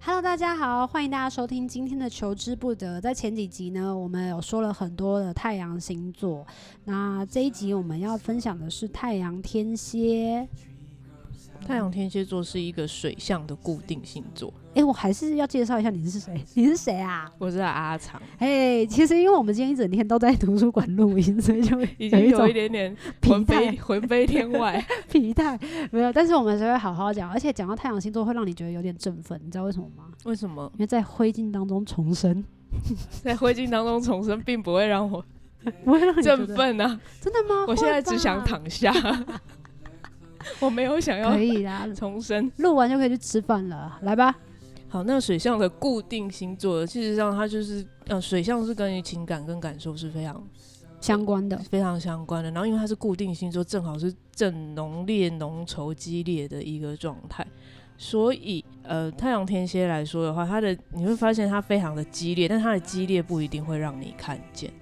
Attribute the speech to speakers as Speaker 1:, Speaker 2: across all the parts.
Speaker 1: Hello，大家好，欢迎大家收听今天的《求之不得》。在前几集呢，我们有说了很多的太阳星座，那这一集我们要分享的是太阳天蝎。
Speaker 2: 太阳天蝎座是一个水象的固定星座。
Speaker 1: 诶，我还是要介绍一下你是谁？你是谁啊？
Speaker 2: 我是阿长，
Speaker 1: 哎、其实因为我们今天一整天都在图书馆录音，所以就有
Speaker 2: 已经
Speaker 1: 一种
Speaker 2: 有一点 点
Speaker 1: 疲
Speaker 2: 魂
Speaker 1: 态
Speaker 2: 飞魂飞天外。
Speaker 1: 疲态，没有。但是我们还是会好好讲，而且讲到太阳星座会让你觉得有点振奋，你知道为什么吗？
Speaker 2: 为什么
Speaker 1: 因为在灰烬当中重生，
Speaker 2: 在灰烬当中重生，并不会让我
Speaker 1: 不会让你觉
Speaker 2: 振
Speaker 1: 得
Speaker 2: 奋 啊？
Speaker 1: 真的吗？
Speaker 2: 我现在只想
Speaker 1: 会吧。
Speaker 2: 躺下， 我没有想要
Speaker 1: 可以啦，
Speaker 2: 重生。
Speaker 1: 录完就可以去吃饭了，来吧。
Speaker 2: 好，那水象的固定星座，事实上它就是，呃，水象是跟于情感跟感受是非常
Speaker 1: 相关的，
Speaker 2: 非常相关的。然后因为它是固定星座，正好是正浓烈、浓稠、激烈的一个状态，所以呃，太阳天蝎来说的话，它的你会发现它非常的激烈，但它的激烈不一定会让你看见。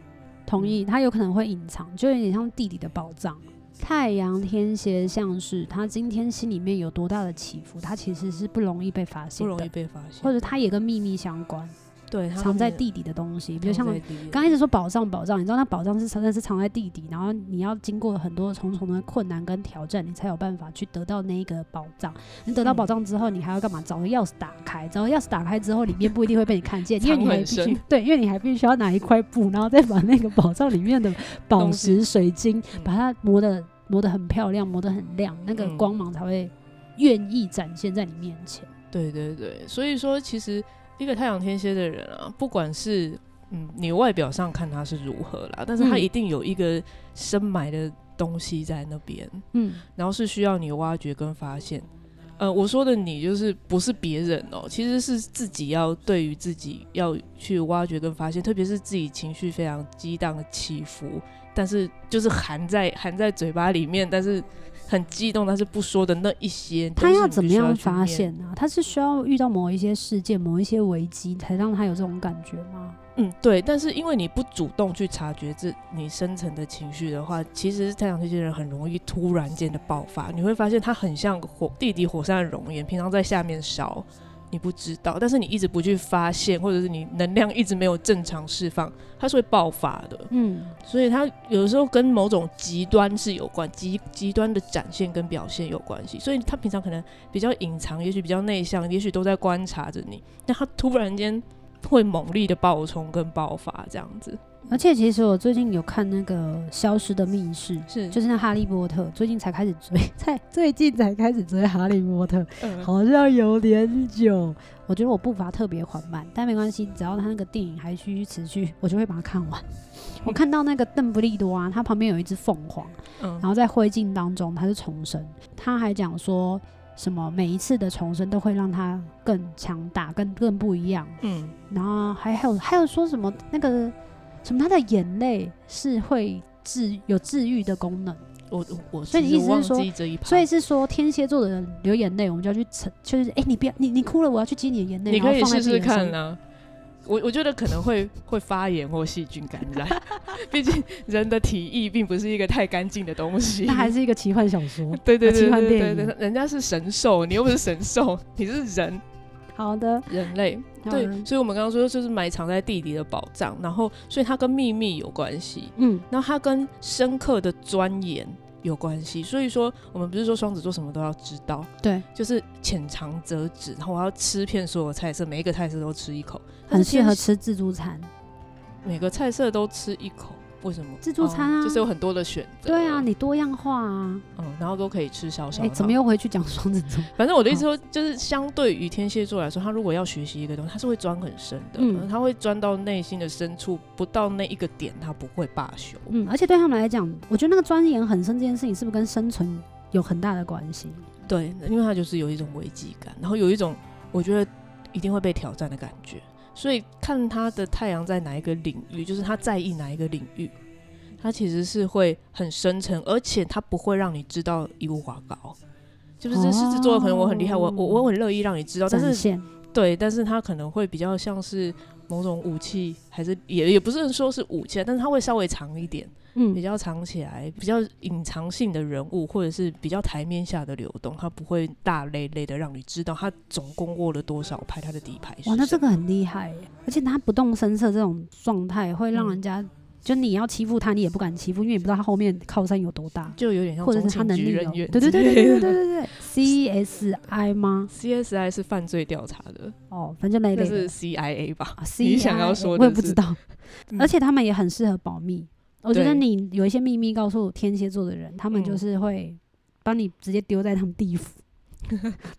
Speaker 1: 同意，它有可能会隐藏，就有点像地底的宝藏。太阳天蝎像是他今天心里面有多大的起伏，他其实是不容易被发
Speaker 2: 不
Speaker 1: 现
Speaker 2: 容易
Speaker 1: 的，
Speaker 2: 被发现，
Speaker 1: 或者他也跟秘密相关，
Speaker 2: 对它
Speaker 1: 藏在
Speaker 2: 们
Speaker 1: 地底的东西，比
Speaker 2: 藏
Speaker 1: 如像
Speaker 2: 在地里
Speaker 1: 刚开始说宝藏，宝藏，你知道那宝藏是真的是藏在地底，然后你要经过很多重重的困难跟挑战，你才有办法去得到那一个宝藏。你得到
Speaker 2: 嗯
Speaker 1: 宝藏之后，你还要干嘛？找个钥匙打开，找个钥匙打开之后，里面不一定会被你看见，因为你还必
Speaker 2: 藏很
Speaker 1: 须
Speaker 2: 深
Speaker 1: 对，因为你还必须要拿一块布，然后再把那个宝藏里 面的宝
Speaker 2: 东西
Speaker 1: 石、水晶，
Speaker 2: 嗯
Speaker 1: 把它磨得磨得很漂亮，磨得很亮，那个
Speaker 2: 嗯
Speaker 1: 光芒才会愿意展现在你面前。
Speaker 2: 对对对，所以说其实一个太阳天蝎的人啊，不管是嗯你外表上看他是如何啦，但是他
Speaker 1: 嗯
Speaker 2: 一定有一个深埋的东西在那边。
Speaker 1: 嗯，
Speaker 2: 然后是需要你挖掘跟发现。呃，我说的你就是不是别人哦，其实是自己要对于自己要去挖掘跟发现，特别是自己情绪非常激荡起伏，但是就是含在含在嘴巴里面，但是很激动，但是不说的那一些，
Speaker 1: 他
Speaker 2: 都是
Speaker 1: 要
Speaker 2: 你
Speaker 1: 怎么
Speaker 2: 必须
Speaker 1: 样
Speaker 2: 去
Speaker 1: 发
Speaker 2: 面
Speaker 1: 现呢、他是需要遇到某一些事件、某一些危机，才让他有这种感觉吗？
Speaker 2: 嗯，对，但是因为你不主动去察觉这你深层的情绪的话，其实太阳这些人很容易突然间的爆发。你会发现它很像火地底火山的熔岩，平常在下面烧，你不知道，但是你一直不去发现，或者是你能量一直没有正常释放，它是会爆发的。
Speaker 1: 嗯，
Speaker 2: 所以它有的时候跟某种极端是有关，极极端的展现跟表现有关系。所以他平常可能比较隐藏，也许比较内向，也许都在观察着你，但他突然间会猛力的爆冲跟爆发，这样子
Speaker 1: 而且其实我最近有看那个《消失的密室》，
Speaker 2: 是
Speaker 1: 就是那《哈利波特》，最近才开始追，在 最近才开始追《哈利波特》，
Speaker 2: 嗯
Speaker 1: 好像有点久。我觉得我步伐特别缓慢，但没关系，只要他那个电影还继续持续，我就会把它看完。 我看到那个邓布利多啊，他旁边有一只凤凰。
Speaker 2: 嗯
Speaker 1: 然后在灰烬当中，他是重生。他还讲说什么每一次的重生都会让他更强大、更更不一样。
Speaker 2: 嗯
Speaker 1: 然后还还有还有说什么那个什么他的眼泪是会治有治愈的功能，
Speaker 2: 我我我
Speaker 1: 所以你
Speaker 2: 其
Speaker 1: 意
Speaker 2: 实
Speaker 1: 思是
Speaker 2: 忘
Speaker 1: 说
Speaker 2: 记这一趴，
Speaker 1: 所以是说天蝎座的人流眼泪，我们就要去承，就是哎、诶你不要你你哭了，我要去接你的眼泪，
Speaker 2: 你
Speaker 1: 然后
Speaker 2: 可以
Speaker 1: 放在
Speaker 2: 试
Speaker 1: 自己
Speaker 2: 试
Speaker 1: 的身
Speaker 2: 看啊。我我觉得可能会会发炎或细菌感 染，毕竟人的体液并不是一个太干净的东西。。
Speaker 1: 那还是一个奇幻小说
Speaker 2: 对对
Speaker 1: 啊奇
Speaker 2: 对
Speaker 1: 幻
Speaker 2: 对
Speaker 1: 电
Speaker 2: 对
Speaker 1: 影
Speaker 2: 对，人家是神兽，你又不是神兽， 你是人，
Speaker 1: 好的，
Speaker 2: 人类。
Speaker 1: 好
Speaker 2: 对
Speaker 1: 的，
Speaker 2: 所以我们刚刚说就是埋藏在地底的宝藏，然后所以它跟秘密有关系，
Speaker 1: 嗯，
Speaker 2: 然后它跟深刻的钻研有关系。所以说我们不是说双子座什么都要知道，
Speaker 1: 对，
Speaker 2: 就是浅尝辄止，然后我要吃遍所有菜色，每一个菜色都吃一口，
Speaker 1: 很
Speaker 2: 但是
Speaker 1: 适合
Speaker 2: 天
Speaker 1: 吃自助餐。
Speaker 2: 每个菜色都吃一口。为什么
Speaker 1: 自助餐啊
Speaker 2: 哦就是有很多的选择。
Speaker 1: 对啊，，你多样化啊。
Speaker 2: 嗯，然后都可以吃小小
Speaker 1: 哎、
Speaker 2: 的。
Speaker 1: 怎么又回去讲双子座？
Speaker 2: 反正我的意思说，就是相对于天蝎座来说，他如果要学习一个东西，他是会钻很深的，
Speaker 1: 嗯
Speaker 2: 他会钻到内心的深处，不到那一个点，他不会罢休。
Speaker 1: 嗯，而且对他们来讲，我觉得那个钻研很深这件事情，是不是跟生存有很大的关系？
Speaker 2: 对，因为他就是有一种危机感，然后有一种我觉得一定会被挑战的感觉。所以看他的太阳在哪一个领域，就是他在意哪一个领域，他其实是会很深沉，而且他不会让你知道一无华高。就是这狮子座可能我很厉害，我我我很乐意让你知道，但
Speaker 1: 展
Speaker 2: 是
Speaker 1: 现
Speaker 2: 对，但是他可能会比较像是某种武器，还是也也不是说是武器啊，但是他会稍微长一点，比
Speaker 1: 嗯
Speaker 2: 较藏起来，比较隐藏性的人物，或者是比较台面下的流动，他不会大累累的让你知道他总共握了多少牌，他的底牌是什
Speaker 1: 哇，
Speaker 2: 么。
Speaker 1: 那这个很厉害耶，而且他不动声色这种状态会让人家、就你要欺负他，你也不敢欺负，因为你不知道他后面靠山有多大，
Speaker 2: 就有点像
Speaker 1: 或者
Speaker 2: 中
Speaker 1: 是他
Speaker 2: 情
Speaker 1: 能
Speaker 2: 局
Speaker 1: 力有
Speaker 2: 人员
Speaker 1: 对对对对
Speaker 2: 之类
Speaker 1: 对对
Speaker 2: 的
Speaker 1: 对对对，CSI 吗？
Speaker 2: CSI 是犯罪调查的，
Speaker 1: 哦，反正类
Speaker 2: 那
Speaker 1: 类的
Speaker 2: 是 CIA 吧？
Speaker 1: 啊
Speaker 2: 你
Speaker 1: CIA，
Speaker 2: 想要说的
Speaker 1: 我也不
Speaker 2: 是
Speaker 1: 知道，
Speaker 2: 嗯
Speaker 1: 而且他们也很适合保密。我觉得
Speaker 2: 对
Speaker 1: 你有一些秘密告诉天蝎座的人，他们就
Speaker 2: 嗯
Speaker 1: 是会帮你直接丢在他们地 府，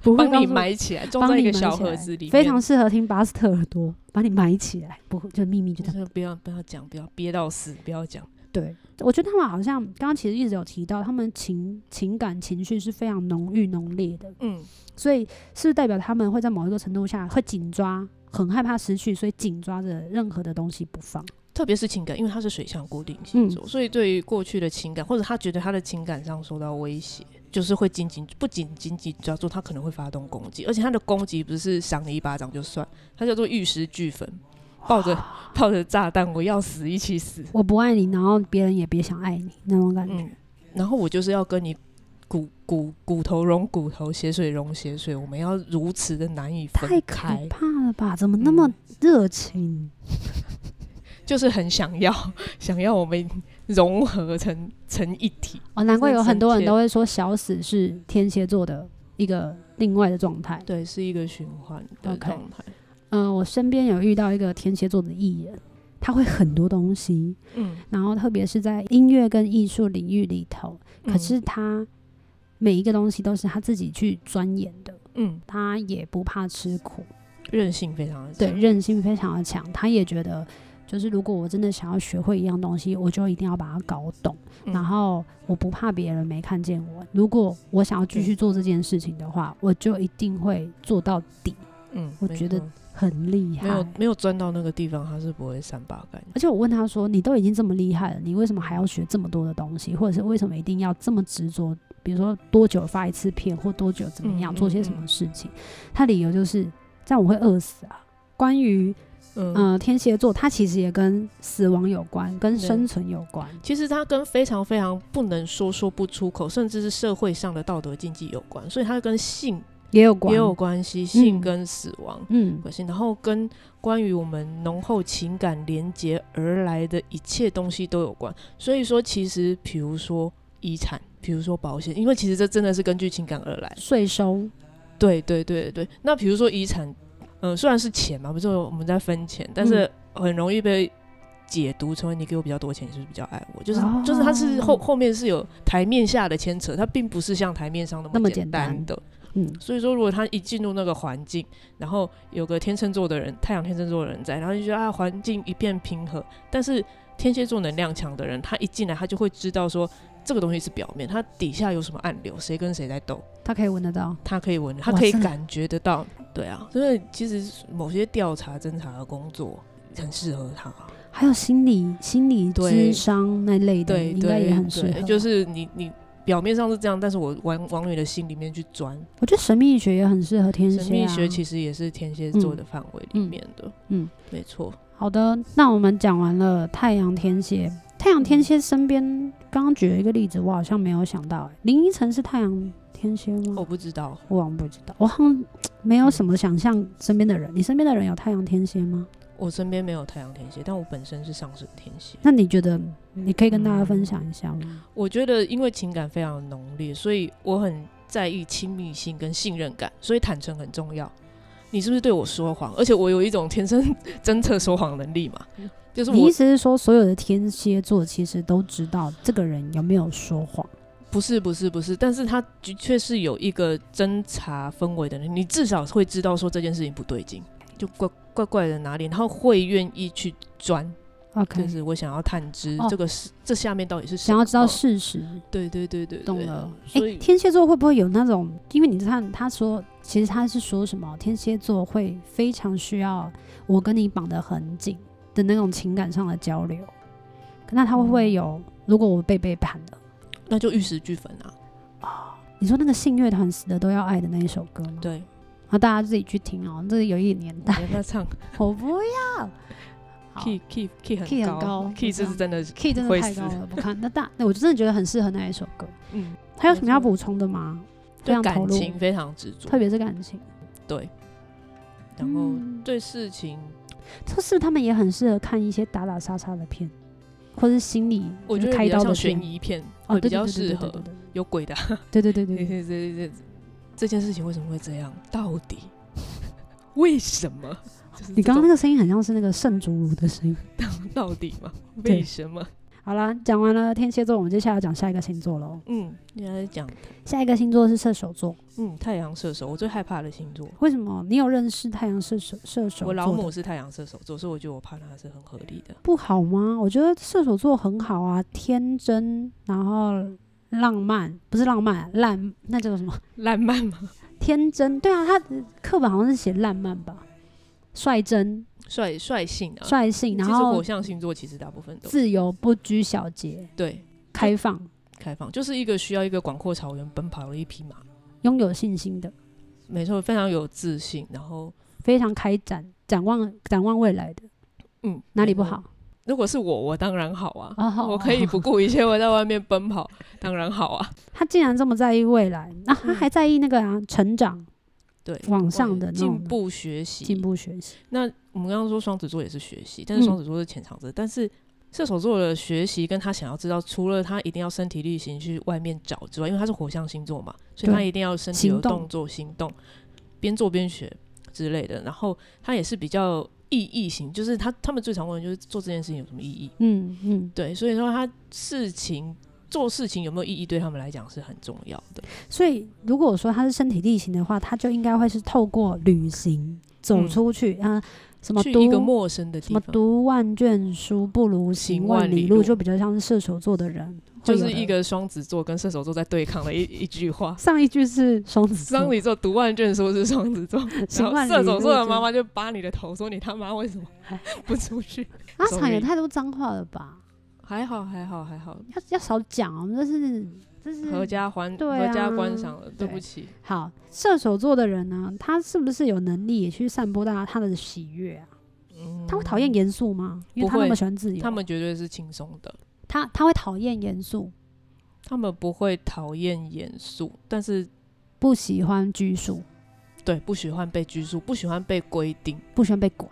Speaker 1: 不会
Speaker 2: 帮
Speaker 1: 告
Speaker 2: 你
Speaker 1: 诉
Speaker 2: 埋起来，装
Speaker 1: 帮
Speaker 2: 在一
Speaker 1: 你
Speaker 2: 个
Speaker 1: 埋
Speaker 2: 小
Speaker 1: 起
Speaker 2: 盒
Speaker 1: 来
Speaker 2: 子里面，
Speaker 1: 非常适合听巴斯特耳朵，把你埋起来，不会就秘密就这
Speaker 2: 就
Speaker 1: 样。
Speaker 2: 是不要不要讲，不要憋到死，不要讲。
Speaker 1: 对，我觉得他们好像刚刚其实一直有提到，他们情情感情绪是非常浓郁浓烈的，
Speaker 2: 嗯，
Speaker 1: 所以是代表他们会在某一个程度下会紧抓，很害怕失去，所以紧抓着任何的东西不放。
Speaker 2: 特别是情感，因为他是水象固定星
Speaker 1: 嗯
Speaker 2: 座，所以对于过去的情感，或者他觉得他的情感上受到威胁，就是会紧紧不仅紧紧抓住，他可能会发动攻击，而且他的攻击不是赏你一巴掌就算，他叫做玉石俱焚，抱着 抱着炸弹，我要死一起死。
Speaker 1: 我不爱你，然后别人也别想爱你那种感觉。
Speaker 2: 嗯，然后我就是要跟你骨骨骨头融骨头，血水融血水，我们要如此的难以
Speaker 1: 太
Speaker 2: 分
Speaker 1: 可
Speaker 2: 开，嗯
Speaker 1: 怕了吧？怎么那么热情？
Speaker 2: 就是很想要 想要我们融合成成一体。
Speaker 1: 哦，难怪有很多
Speaker 2: 真
Speaker 1: 人
Speaker 2: 切
Speaker 1: 都会说小死是天蝎座的一个另外的状态。
Speaker 2: 对，是一个循环的
Speaker 1: OK
Speaker 2: 状态。
Speaker 1: 嗯、我身边有遇到一个天蝎座的艺人，他会很多东西，
Speaker 2: 嗯，
Speaker 1: 然后特别是在音乐跟艺术领域里头，可
Speaker 2: 嗯
Speaker 1: 是他每一个东西都是他自己去钻研的，
Speaker 2: 嗯，
Speaker 1: 他也不怕吃苦，
Speaker 2: 韧性非常的
Speaker 1: 对，
Speaker 2: 强，
Speaker 1: 韧性非常的强。他也觉得，就是如果我真的想要学会一样东西，我就一定要把它搞懂。
Speaker 2: 嗯
Speaker 1: 然后我不怕别人没看见我。如果我想要继续做这件事情的话，我就一定会做到底，
Speaker 2: 嗯，
Speaker 1: 我
Speaker 2: 没
Speaker 1: 觉得
Speaker 2: 错
Speaker 1: 很厉害
Speaker 2: 没。有没有钻到那个地方，它是不会善罢甘休。
Speaker 1: 而且我问他说：“你都已经这么厉害了，你为什么还要学这么多的东西？或者是为什么一定要这么执着？比如说多久发一次片，或多久怎么样
Speaker 2: 嗯
Speaker 1: 做些
Speaker 2: 嗯
Speaker 1: 什么
Speaker 2: 嗯
Speaker 1: 事情？”他理由就是：“这样我会饿死啊。”关于
Speaker 2: 嗯，
Speaker 1: 呃，天蝎座它其实也跟死亡有关，跟
Speaker 2: 对
Speaker 1: 生存有关。
Speaker 2: 其实它跟非常非常不能说说不出口，甚至是社会上的道德禁忌有关，所以它跟性
Speaker 1: 也有关，
Speaker 2: 也有关系，性
Speaker 1: 嗯
Speaker 2: 跟死亡。
Speaker 1: 嗯，
Speaker 2: 关系，然后跟关于我们浓厚情感连接而来的一切东西都有关。所以说，其实比如说遗产，比如说保险，因为其实这真的是根据情感而来。
Speaker 1: 税收，嗯
Speaker 2: 对对对对，那比如说遗产，嗯、虽然是钱嘛，不是我们在分钱，但
Speaker 1: 嗯
Speaker 2: 是很容易被解读成为你给我比较多钱，你是不是比较爱我？就是、
Speaker 1: 哦
Speaker 2: 就是它是后后面是有台面下的牵扯，它并不是像台面上那
Speaker 1: 那么
Speaker 2: 么
Speaker 1: 简
Speaker 2: 简
Speaker 1: 单
Speaker 2: 单的。
Speaker 1: 嗯，
Speaker 2: 所以说，如果他一进入那个环境，然后有个天秤座的人，太阳天秤座的人在，然后就觉得啊，环境一片平和。但是天蝎座能量强的人，他一进来，他就会知道说这个东西是表面，它底下有什么暗流，谁跟谁在斗，
Speaker 1: 它可以闻得到。
Speaker 2: 他可以闻，他
Speaker 1: 哇
Speaker 2: 可以
Speaker 1: 塞
Speaker 2: 感觉得到。对啊，所以其实某些调查侦查的工作很适合他。
Speaker 1: 还有心理心理
Speaker 2: 对
Speaker 1: 智商那类的，
Speaker 2: 对
Speaker 1: 应该也
Speaker 2: 对
Speaker 1: 很适合。
Speaker 2: 对，就是你你表面上是这样，但是我往往你的心里面去钻。
Speaker 1: 我觉得神秘学也很适合天蝎、啊。
Speaker 2: 神秘学其实也是天蝎座的范围里面的。
Speaker 1: 嗯嗯
Speaker 2: 没错。
Speaker 1: 好的，那我们讲完了太阳天蝎，太阳天蝎身边刚刚举了一个例子，我好像没有想到、欸，林依晨是太阳天蝎吗？
Speaker 2: 我不知道，
Speaker 1: 我好像不知道，我好像没有什么想象身边的人。你身边的人有太阳天蝎吗？
Speaker 2: 我身边没有太阳天蝎，但我本身是上升天蝎。
Speaker 1: 那你觉得你可以跟大家分
Speaker 2: 嗯
Speaker 1: 享一下吗？
Speaker 2: 我觉得因为情感非常浓烈，所以我很在意亲密性跟信任感，所以坦诚很重要。你是不是对我说谎？而且我有一种天生 侦测说谎能力嘛，就是
Speaker 1: 嗯你
Speaker 2: 我
Speaker 1: 意思是说，所有的天蝎座其实都知道这个人有没有说谎？
Speaker 2: 不是不是不是，但是他的确是有一个侦查氛围的人，你至少会知道说这件事情不对劲，就怪怪怪的哪里，然后会愿意去钻，
Speaker 1: OK，
Speaker 2: 就是我想要探知、
Speaker 1: 哦
Speaker 2: 这个是这下面到底是什
Speaker 1: 想要知道
Speaker 2: 么
Speaker 1: 事实，
Speaker 2: 对对对对，对
Speaker 1: 懂了。哎、
Speaker 2: 所以、
Speaker 1: 天蝎座会不会有那种？因为你看他说，其实他是说什么？天蝎座会非常需要我跟你绑得很紧的那种情感上的交流。那他会不会有？如果我被背叛了，
Speaker 2: 那就玉石俱焚啊。
Speaker 1: 你说那个信乐团死的都要爱的那一首歌吗？
Speaker 2: 对，
Speaker 1: 啊，大家自己去听哦，这有一点年
Speaker 2: 你
Speaker 1: 代，
Speaker 2: 要不要唱
Speaker 1: 我不要。好
Speaker 2: key key key 很
Speaker 1: key 很高
Speaker 2: 高，key 这
Speaker 1: 我
Speaker 2: 是
Speaker 1: 知
Speaker 2: 真的是，
Speaker 1: key 真的
Speaker 2: 会
Speaker 1: 太
Speaker 2: 死
Speaker 1: 高 了，不看。那大，那我真的觉得很适合那一首歌。
Speaker 2: 嗯，
Speaker 1: 还有什么
Speaker 2: 没错
Speaker 1: 要补充的吗？非
Speaker 2: 对
Speaker 1: 常投入
Speaker 2: 感情非常执着
Speaker 1: 特，别是感情，
Speaker 2: 对，然后
Speaker 1: 嗯
Speaker 2: 对事情，
Speaker 1: 这是不是他们也很适合看一些打打杀杀的片，或是心理
Speaker 2: 我
Speaker 1: 就是
Speaker 2: 觉得
Speaker 1: 开
Speaker 2: 比较
Speaker 1: 刀的
Speaker 2: 像
Speaker 1: 片
Speaker 2: 悬？疑片
Speaker 1: 哦，
Speaker 2: 会
Speaker 1: 对对
Speaker 2: 比较
Speaker 1: 对
Speaker 2: 适
Speaker 1: 对嗯
Speaker 2: 合有鬼的啊。
Speaker 1: 对对对对 对对
Speaker 2: 这
Speaker 1: 对对
Speaker 2: 这这这这件事情为什么会这样？到底为什么？就是
Speaker 1: 你
Speaker 2: 这
Speaker 1: 刚刚
Speaker 2: 种
Speaker 1: 那个声音很像是那个圣主乳的声音。
Speaker 2: 到底吗？
Speaker 1: 对
Speaker 2: 为什么？
Speaker 1: 好啦，讲完了天蝎座，我们接下来讲下一个星座喽。
Speaker 2: 嗯，应该是讲，
Speaker 1: 下一个星座是射手座，
Speaker 2: 嗯，太阳射手，我最害怕的星座。
Speaker 1: 为什么？你有认识太阳射手射手？
Speaker 2: 我老母是太阳射手座，所以我觉得我怕他是很合理的。
Speaker 1: 不好吗？我觉得射手座很好啊，天真，然后浪漫，不是浪漫，啊烂那叫做什么？
Speaker 2: 烂漫吗？
Speaker 1: 天真，对啊，他课本好像是写烂漫吧，率真、
Speaker 2: 率率性啊，
Speaker 1: 率性，
Speaker 2: 其
Speaker 1: 然
Speaker 2: 实
Speaker 1: 后
Speaker 2: 火象星座其实大部分都
Speaker 1: 自由、不拘小节、
Speaker 2: 对
Speaker 1: 开放、
Speaker 2: 开放，就是一个需要一个广阔草原奔跑的一匹马。
Speaker 1: 拥有信心的，
Speaker 2: 没错，非常有自信，然后
Speaker 1: 非常开展、展望、展望未来的，
Speaker 2: 嗯，
Speaker 1: 哪里不
Speaker 2: 然后
Speaker 1: 好？
Speaker 2: 如果是我，我当然好啊，
Speaker 1: 哦好
Speaker 2: 我可以不顾一切，我在外面奔跑，当然好啊。
Speaker 1: 他竟然这么在意未来，那、他
Speaker 2: 嗯
Speaker 1: 还在意那个啊，成长、
Speaker 2: 对，
Speaker 1: 往上的那种
Speaker 2: 进步学习，
Speaker 1: 进。步学习。
Speaker 2: 那我们刚刚说双子座也是学习，但
Speaker 1: 嗯
Speaker 2: 是双子座是潜藏着，但是射手座的学习跟他想要知道，除了他一定要身体力行去外面找之外，因为他是火象星座嘛，所以他
Speaker 1: 对
Speaker 2: 一定要身体有
Speaker 1: 行动
Speaker 2: 动作、行动，边做边学之类的。然后他也是比较意义型，就是他他们最常问的就是做这件事情有什么意义。
Speaker 1: 嗯嗯，
Speaker 2: 对，所以说他事情做事情有没有意义，对他们来讲是很重要的。
Speaker 1: 所以如果说他是身体力行的话，他就应该会是透过旅行走
Speaker 2: 嗯
Speaker 1: 出去啊、什么
Speaker 2: 去
Speaker 1: 读
Speaker 2: 一个陌生的
Speaker 1: 什
Speaker 2: 地
Speaker 1: 么
Speaker 2: 方，
Speaker 1: 读万卷书不如行
Speaker 2: 行
Speaker 1: 万
Speaker 2: 万
Speaker 1: 里
Speaker 2: 里
Speaker 1: 路，
Speaker 2: 路
Speaker 1: 就比较像是射手座的人，会
Speaker 2: 就
Speaker 1: 有
Speaker 2: 是
Speaker 1: 的
Speaker 2: 一个双子座跟射手座在对抗的一一句话。
Speaker 1: 上一句是双子
Speaker 2: 双
Speaker 1: 座，
Speaker 2: 子座读万卷书是双 子座，
Speaker 1: 行
Speaker 2: 然后
Speaker 1: 万里
Speaker 2: 射手
Speaker 1: 路
Speaker 2: 座的
Speaker 1: 就
Speaker 2: 妈妈就扒你的头说：“你他妈 为什么不出去
Speaker 1: 啊，场也
Speaker 2: Sorry
Speaker 1: 太多脏话了吧？？”
Speaker 2: 还好，还好，还好，
Speaker 1: 要要少讲哦，我们这是这是
Speaker 2: 合家欢，
Speaker 1: 嗯对
Speaker 2: 合家
Speaker 1: 啊
Speaker 2: 观赏了。对
Speaker 1: 对
Speaker 2: 不起，
Speaker 1: 好，射手座的人呢，他是不是有能力也去散播大他的喜悦啊？
Speaker 2: 嗯，
Speaker 1: 他会讨厌严肃吗？因为
Speaker 2: 不
Speaker 1: 他那
Speaker 2: 会
Speaker 1: 么喜欢自由，
Speaker 2: 他们绝对是轻松的，
Speaker 1: 他他会讨厌严肃，
Speaker 2: 他们不会讨厌严肃，但是
Speaker 1: 不喜欢拘束，
Speaker 2: 对不喜欢被拘束，不喜欢被规定，
Speaker 1: 不喜欢被管。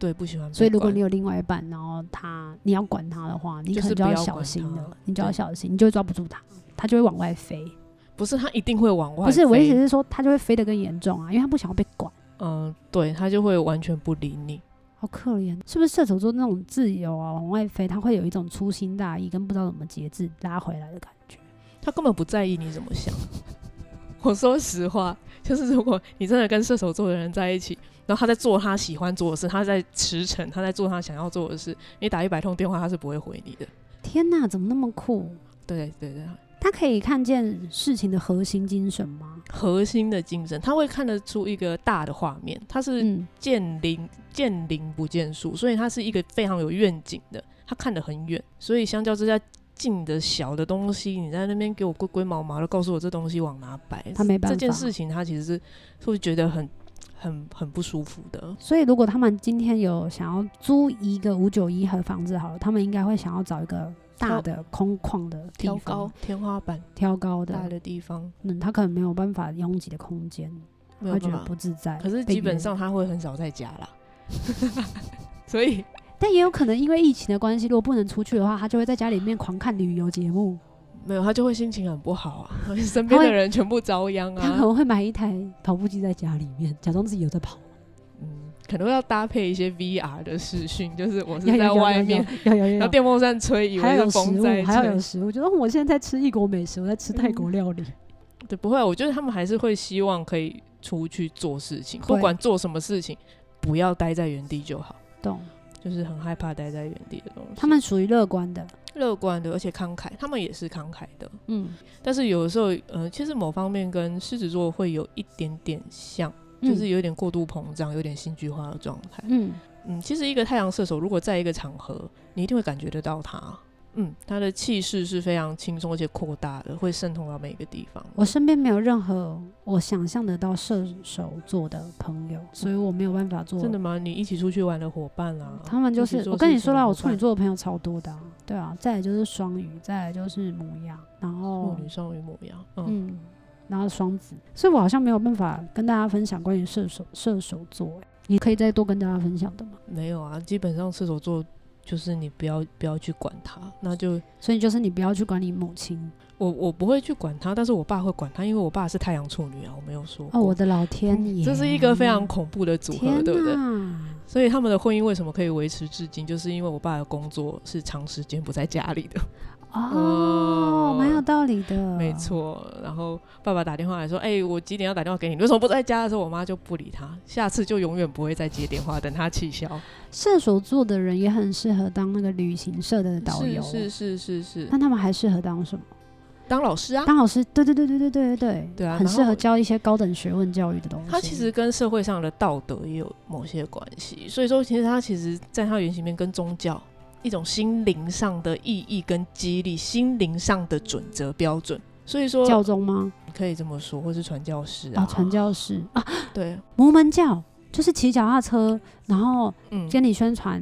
Speaker 2: 对不喜欢被管。
Speaker 1: 所以如果你有另外一半，然后他你要管他的话，你
Speaker 2: 就
Speaker 1: 可能
Speaker 2: 是
Speaker 1: 就
Speaker 2: 不
Speaker 1: 要
Speaker 2: 要
Speaker 1: 小
Speaker 2: 管
Speaker 1: 心
Speaker 2: 他
Speaker 1: 了，你就要
Speaker 2: 对嗯
Speaker 1: 小心，你就会抓不住他，他就会往外飞。
Speaker 2: 不是他一定会往外
Speaker 1: 不是我意思
Speaker 2: 飞，
Speaker 1: 是说，他就会飞得更严重啊，因为他不想要被管，
Speaker 2: 嗯，对他就会完全不理你。
Speaker 1: 好可怜。是不是射手座那种自由啊，往外飞，他会有一种粗心大意跟不知道怎么节制拉回来的感觉？
Speaker 2: 他根本不在意你怎么想。 我说实话，就是如果你真的跟射手座的人在一起，然后他在做他喜欢做的事，他在驰骋，他在做他想要做的事，你打一百通电话，他是不会回你的。
Speaker 1: 天哪，怎么那么酷？
Speaker 2: 对对对，
Speaker 1: 他可以看见事情的核心精神吗？
Speaker 2: 核心的精神，他会看得出一个大的画面，他是
Speaker 1: 嗯，
Speaker 2: 见林、见林不见树，所以他是一个非常有愿景的，他看得很远，所以相较之下。近的小的东西，你在那边给我龟龟毛毛的，告诉我这东西往哪摆，
Speaker 1: 他没办法。
Speaker 2: 这件事情，他其实是会觉得很、很、很不舒服的。
Speaker 1: 所以，如果他们今天有想要租一个五九一和房子好了，他们应该会想要找一个大
Speaker 2: 挑
Speaker 1: 的空旷的地方，
Speaker 2: 天花板
Speaker 1: 挑高
Speaker 2: 大
Speaker 1: 的，
Speaker 2: 的地方
Speaker 1: 嗯，他可能没有办法拥挤的空间，
Speaker 2: 没
Speaker 1: 他
Speaker 2: 有
Speaker 1: 会觉
Speaker 2: 办
Speaker 1: 得
Speaker 2: 法
Speaker 1: 不，自在。
Speaker 2: 可是
Speaker 1: 被
Speaker 2: 基本
Speaker 1: 约
Speaker 2: 上他会很少在家啦。 所以
Speaker 1: 但也有可能因为疫情的关系，如果不能出去的话，他就会在家里面狂看旅游节目，
Speaker 2: 没有，他就会心情很不好 啊，身
Speaker 1: 他
Speaker 2: 边
Speaker 1: 会
Speaker 2: 的人全部遭殃
Speaker 1: 他可
Speaker 2: 啊。
Speaker 1: 能会买一台跑步机在家里面，假装自己有在跑。
Speaker 2: 嗯，可能要搭配一些 VR 的视讯，就是我是
Speaker 1: 要
Speaker 2: 在
Speaker 1: 要
Speaker 2: 外
Speaker 1: 要
Speaker 2: 面，
Speaker 1: 要要
Speaker 2: 然
Speaker 1: 要
Speaker 2: 后
Speaker 1: 要，
Speaker 2: 电风扇吹，以
Speaker 1: 还
Speaker 2: 为
Speaker 1: 有
Speaker 2: 是
Speaker 1: 食
Speaker 2: 风
Speaker 1: 物
Speaker 2: 在，吹。
Speaker 1: 还要有食物，觉得哦我现在在吃异国美食，我在吃泰
Speaker 2: 嗯
Speaker 1: 国料理。
Speaker 2: 对，不会，我觉得他们还是会希望可以出去做事情，
Speaker 1: 会
Speaker 2: 不管做什么事情，不要待在原地就好。
Speaker 1: 懂？
Speaker 2: 就就是很害怕待在原地的东西。
Speaker 1: 他们属于乐观的，
Speaker 2: 乐观的，而且慷慨，他们也是慷慨的。
Speaker 1: 嗯，
Speaker 2: 但是有的时候，呃，其实某方面跟狮子座会有一点点像，就是
Speaker 1: 嗯
Speaker 2: 有点过度膨胀，有点戏剧化的状态。
Speaker 1: 嗯
Speaker 2: 嗯，其实一个太阳射手如果在一个场合，你一定会感觉得到他。嗯，他的气势是非常轻松而且扩大的，会渗透到每一个地方。
Speaker 1: 我身边没有任何我想象得到射手座的朋友，所以我没有办法做。
Speaker 2: 嗯真的吗？你一起出去玩的伙伴啦、
Speaker 1: 他们就
Speaker 2: 一起
Speaker 1: 是
Speaker 2: 做
Speaker 1: 我跟你
Speaker 2: 事情
Speaker 1: 说
Speaker 2: 的
Speaker 1: 啦，
Speaker 2: 伙
Speaker 1: 我处女
Speaker 2: 伴
Speaker 1: 座的朋友超多的、啊，对啊，再来就是双鱼，再来就是母羊，然后
Speaker 2: 处女、双鱼、母羊，嗯，
Speaker 1: 哦嗯，然后双子，所以我好像没有办法跟大家分享关于射手射手座、欸你可以再多跟大家分享的吗？
Speaker 2: 没有啊，基本上射手座就是你不要不要去管他，那就
Speaker 1: 所以就是你不要去管你母亲
Speaker 2: 我我不会去管他，但是我爸会管他，因为我爸是太阳处女啊，我没有说
Speaker 1: 哦，我
Speaker 2: 过嗯
Speaker 1: 的老天爷，
Speaker 2: 这是一个非常恐怖的组合，
Speaker 1: 天
Speaker 2: 对不对？
Speaker 1: 哪
Speaker 2: 所以他们的婚姻为什么可以维持至今，就是因为我爸的工作是长时间不在家里的，
Speaker 1: 哦，蛮有道理的，
Speaker 2: 呃没。错。然后爸爸打电话来说：“哎、我几点要打电话给你？你为什么不在家？”的时候，我妈就不理他，下次就永远不会再接电话，等他气消。
Speaker 1: 射手座的人也很适合当那个旅行社的导游，
Speaker 2: 是是是是是，
Speaker 1: 那他们还适合当什么？
Speaker 2: 当老师啊，
Speaker 1: 当老师，对对对对对对对
Speaker 2: 对啊
Speaker 1: 很
Speaker 2: 然
Speaker 1: 适合
Speaker 2: 后
Speaker 1: 教一些高等学问教育的东西。
Speaker 2: 他其实跟社会上的道德也有某些关系，所以说其实他其实在他的原型里面跟宗教一种心灵上的意义跟激励，心灵上的准则标准。所以说，
Speaker 1: 教宗吗？
Speaker 2: 你可以这么说，或是传教士啊，
Speaker 1: 啊，传教士啊，
Speaker 2: 对，
Speaker 1: 摩门教就是骑脚踏车，然后
Speaker 2: 嗯，
Speaker 1: 跟你宣传，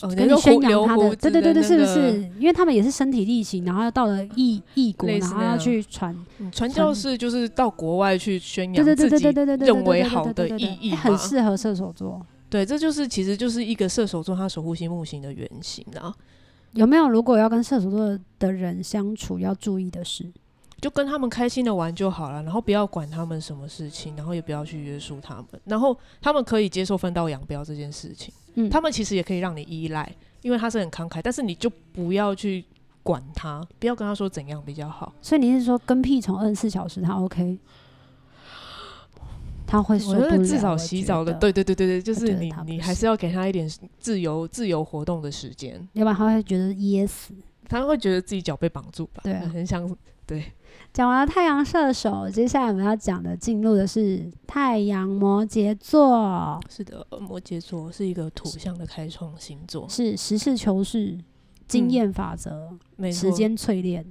Speaker 2: 哦
Speaker 1: 跟
Speaker 2: 那
Speaker 1: 你
Speaker 2: 个
Speaker 1: 宣
Speaker 2: 胡
Speaker 1: 扬
Speaker 2: 留
Speaker 1: 他的，
Speaker 2: 胡
Speaker 1: 对
Speaker 2: 子
Speaker 1: 对对
Speaker 2: 的
Speaker 1: 对，
Speaker 2: 那
Speaker 1: 是不
Speaker 2: 个
Speaker 1: 是？因为他们也是身体力行，然后要到了异异国，
Speaker 2: 类
Speaker 1: 然
Speaker 2: 似
Speaker 1: 后
Speaker 2: 那
Speaker 1: 要
Speaker 2: 样
Speaker 1: 去传，
Speaker 2: 嗯传教士就是到国外去宣
Speaker 1: 对
Speaker 2: 扬
Speaker 1: 对
Speaker 2: 自
Speaker 1: 对对
Speaker 2: 己
Speaker 1: 对对对对，
Speaker 2: 认为
Speaker 1: 对对
Speaker 2: 好的
Speaker 1: 对对对
Speaker 2: 意
Speaker 1: 对
Speaker 2: 义
Speaker 1: 哎很
Speaker 2: 嘛
Speaker 1: 适合射手座。
Speaker 2: 对，这就是其实就是一个射手座他守护星木星的原型啊，
Speaker 1: 有没有如果要跟射手座的人相处要注意的事？
Speaker 2: 就跟他们开心的玩就好了，然后不要管他们什么事情，然后也不要去约束他们，然后他们可以接受分道扬镳这件事情，
Speaker 1: 嗯，
Speaker 2: 他们其实也可以让你依赖，因为他是很慷慨，但是你就不要去管他，不要跟他说怎样比较好，
Speaker 1: 所以你是说跟屁虫二十四小时他 OK？他会受
Speaker 2: 我
Speaker 1: 不
Speaker 2: 觉
Speaker 1: 了。
Speaker 2: 得至少洗
Speaker 1: 觉
Speaker 2: 澡的，
Speaker 1: 得，
Speaker 2: 对对对对对，就
Speaker 1: 觉
Speaker 2: 是
Speaker 1: 得
Speaker 2: 你
Speaker 1: 他不
Speaker 2: 你还是要给他一点自由自由活动的时间，
Speaker 1: 要不然他会觉得噎死。
Speaker 2: 他会觉得自己脚被绑住吧，
Speaker 1: 对啊
Speaker 2: 很很想
Speaker 1: 讲完了太阳射手，接下来我们要讲的进入的是太阳摩羯座，
Speaker 2: 是的，摩羯座是一个土象的开创星座，
Speaker 1: 是实事求是、经验法则、
Speaker 2: 嗯没错
Speaker 1: 时间淬炼，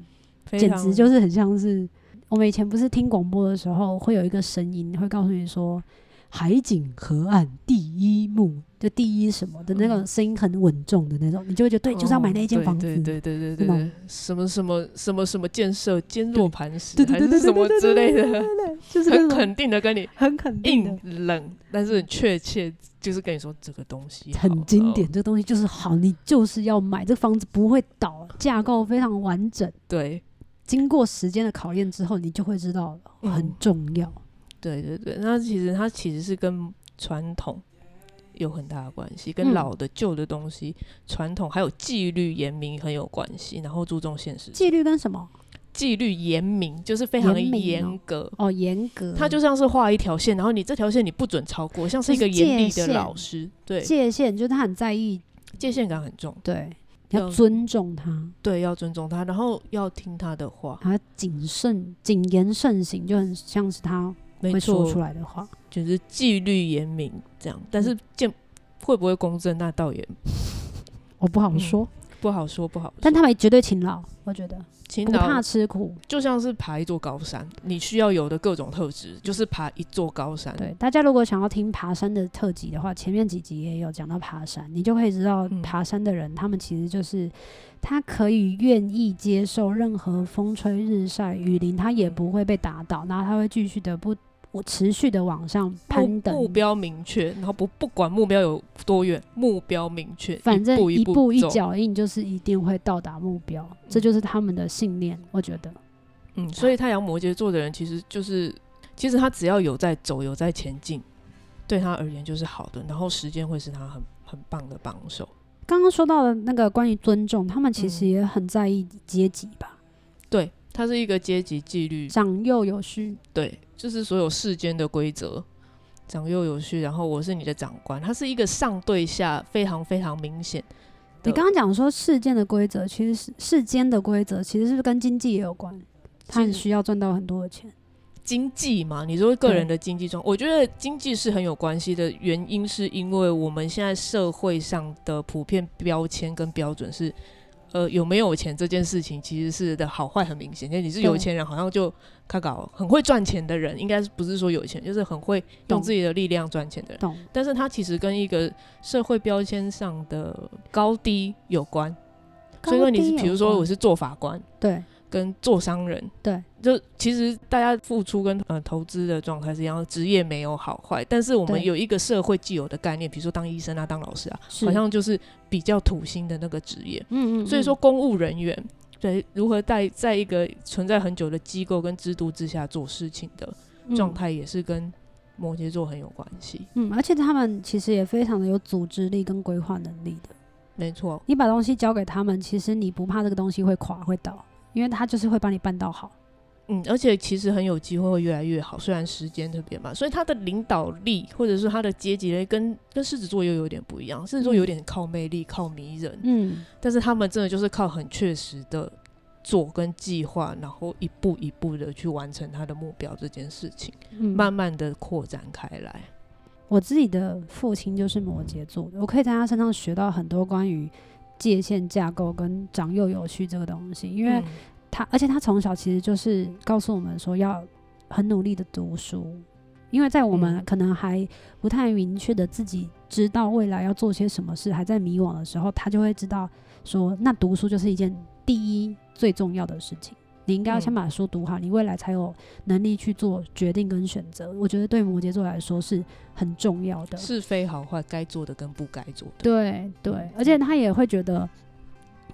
Speaker 2: 非
Speaker 1: 简
Speaker 2: 常
Speaker 1: 直就是很像是我们以前不是听广播的时候会有一个声音会告诉你说。海景河岸第一幕，就第一什么的那种
Speaker 2: 嗯
Speaker 1: 声音很稳重的那种，你就会觉得对，就是要买
Speaker 2: 哦
Speaker 1: 那一间房子。
Speaker 2: 对对对对
Speaker 1: 那
Speaker 2: 对对
Speaker 1: 种
Speaker 2: 对，什么什么什么什么建设坚若磐石，
Speaker 1: 对
Speaker 2: 还
Speaker 1: 对对对
Speaker 2: 是什么
Speaker 1: 对对
Speaker 2: 之类
Speaker 1: 对
Speaker 2: 的，
Speaker 1: 对对，就是那
Speaker 2: 很
Speaker 1: 种
Speaker 2: 肯定的跟你
Speaker 1: 很肯定的，
Speaker 2: 硬冷，但是很确切，就是跟你说这个东西好
Speaker 1: 很经
Speaker 2: 哦
Speaker 1: 典。。这东西就是好，你就是要买这房子不会倒，架构非常完整。
Speaker 2: 对
Speaker 1: 经过时间的考验之后，你就会知道
Speaker 2: 嗯
Speaker 1: 很重要。
Speaker 2: 对对对，那其实它其实是跟传统。有很大的关系，跟
Speaker 1: 嗯
Speaker 2: 老的、旧的东西、传统还有纪律严明很有关系，然后注重现实。
Speaker 1: 纪律跟什么？
Speaker 2: 纪律严明就是非常
Speaker 1: 严明哦
Speaker 2: 严格，
Speaker 1: 哦，严格。
Speaker 2: 它就像是画一条线，然后你这条线你不准超过，像是一个
Speaker 1: 就是界
Speaker 2: 严厉的
Speaker 1: 限
Speaker 2: 老师，对，
Speaker 1: 界限，就是他很在意，
Speaker 2: 界限感很重，
Speaker 1: 对，你要
Speaker 2: 嗯
Speaker 1: 尊重他，
Speaker 2: 对，要尊重他，然后要听他的话，
Speaker 1: 然后谨慎、谨言慎行，就很像是他
Speaker 2: 没
Speaker 1: 会说出
Speaker 2: 错，
Speaker 1: 来嗯的话。
Speaker 2: 就是纪律严明这样，但是见会不会公正，那倒也
Speaker 1: 我不好
Speaker 2: 嗯
Speaker 1: 说，
Speaker 2: 不好说，不好说。
Speaker 1: 但他们也绝对勤劳，我觉得
Speaker 2: 勤
Speaker 1: 不怕
Speaker 2: 劳
Speaker 1: 吃苦。
Speaker 2: 就像是爬一座高山，你需要有的各种特质，就是爬一座高山。
Speaker 1: 对，大家如果想要听爬山的特辑的话，前面几集也有讲到爬山，你就可以知道
Speaker 2: 嗯
Speaker 1: 爬山的人，他们其实就是他可以愿意接受任何风吹日晒雨淋，他
Speaker 2: 嗯
Speaker 1: 也不会被打倒，然后他会继续的不我持续的往上攀
Speaker 2: 目
Speaker 1: 登，
Speaker 2: 目标明确，然后不不管目标有多远，目标明确，
Speaker 1: 反正
Speaker 2: 一
Speaker 1: 一步
Speaker 2: 步
Speaker 1: 一
Speaker 2: 走。
Speaker 1: 脚印就是一定会到达目标，这就是他们的信念，我觉得。
Speaker 2: 嗯，所以太阳摩羯座的人其实就是，其实他只要有在走，有在前进，对他而言就是好的。然后时间会是他很很棒的帮手。
Speaker 1: 刚刚说到的那个关于尊重，他们其实
Speaker 2: 嗯
Speaker 1: 也很在意阶级吧，
Speaker 2: 对，他是一个阶级纪律，
Speaker 1: 长幼有序，
Speaker 2: 对，就是所有世间的规则，长幼有序，然后我是你的长官，它是一个上对下非常非常明显。
Speaker 1: 你刚刚讲说世间的规则，其实是世间的规则其实是不是跟经济也有关？他很需要赚到很多的钱。
Speaker 2: 经济嘛，你说个人的经济状，我觉得经济是很有关系的。原因是因为我们现在社会上的普遍标签跟标准是，呃，有没有钱这件事情其实是的好坏很明显。因为你是有钱人，好像就看搞很会赚钱的人，应该是不是说有钱，就是很会用自己的力量赚钱的人。
Speaker 1: 懂？
Speaker 2: 但是它其实跟一个社会标签上的高低有关。所以说你
Speaker 1: 高
Speaker 2: 是，
Speaker 1: 低
Speaker 2: 比如
Speaker 1: 有
Speaker 2: 说
Speaker 1: 关
Speaker 2: 我是做法官，
Speaker 1: 对
Speaker 2: 跟做商人，
Speaker 1: 对，
Speaker 2: 就其实大家付出跟呃投资的状态是一样，职业没有好坏，但是我们
Speaker 1: 对
Speaker 2: 有一个社会既有的概念，比如说当医生啊、当老师啊，
Speaker 1: 是
Speaker 2: 好像就是比较土星的那个职业。
Speaker 1: 嗯嗯，
Speaker 2: 所以说，
Speaker 1: 嗯
Speaker 2: 公务人员对如何在在一个存在很久的机构跟制度之下做事情的
Speaker 1: 嗯
Speaker 2: 状。态，也是跟摩羯座很有关系。
Speaker 1: 嗯，嗯而且他们其实也非常的有组织力跟规划能力的。
Speaker 2: 没错，
Speaker 1: 你把东西交给他们，其实你不怕这个东西会垮会倒，因为他就是会帮你办到好。
Speaker 2: 嗯，而且其实很有机会会越来越好，虽然时间特别慢，所以他的领导力或者是他的阶级力跟跟狮子座又有点不一样，狮子座有点靠魅力、靠迷人，
Speaker 1: 嗯，
Speaker 2: 但是他们真的就是靠很确实的做跟计划，然后一步一步的去完成他的目标这件事情，
Speaker 1: 嗯
Speaker 2: 慢慢的扩展开来。
Speaker 1: 我自己的父亲就是摩羯座的，我可以在他身上学到很多关于界限架构跟长幼有序这个东西，因为
Speaker 2: 嗯
Speaker 1: 他，而且他从小其实就是告诉我们说要很努力的读书，因为在我们
Speaker 2: 嗯
Speaker 1: 可能还不太明确的自己知道未来要做些什么事，还在迷惘的时候，他就会知道说，那读书就是一件第一最重要的事情。你应该要先
Speaker 2: 嗯
Speaker 1: 把书读好，你未来才有能力去做决定跟选择。我觉得对摩羯座来说是很重要的。
Speaker 2: 是非好坏，该做的跟不该做的。
Speaker 1: 对对
Speaker 2: 嗯，
Speaker 1: 而且他也会觉得，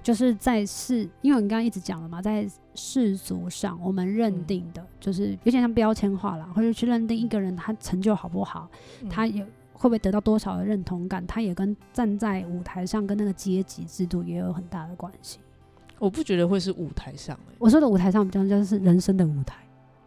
Speaker 1: 就是在世，因为你刚刚一直讲了嘛，在世俗上，我们认
Speaker 2: 嗯
Speaker 1: 定的、就是有点像标签化啦，或者去认定一个人他成就好不好，
Speaker 2: 嗯
Speaker 1: 他有会不会得到多少的认同感，他也跟站在舞台上跟那个阶级制度也有很大的关系。
Speaker 2: 我不觉得会是舞台上、欸
Speaker 1: 我说的舞台上比较像是人生的舞台，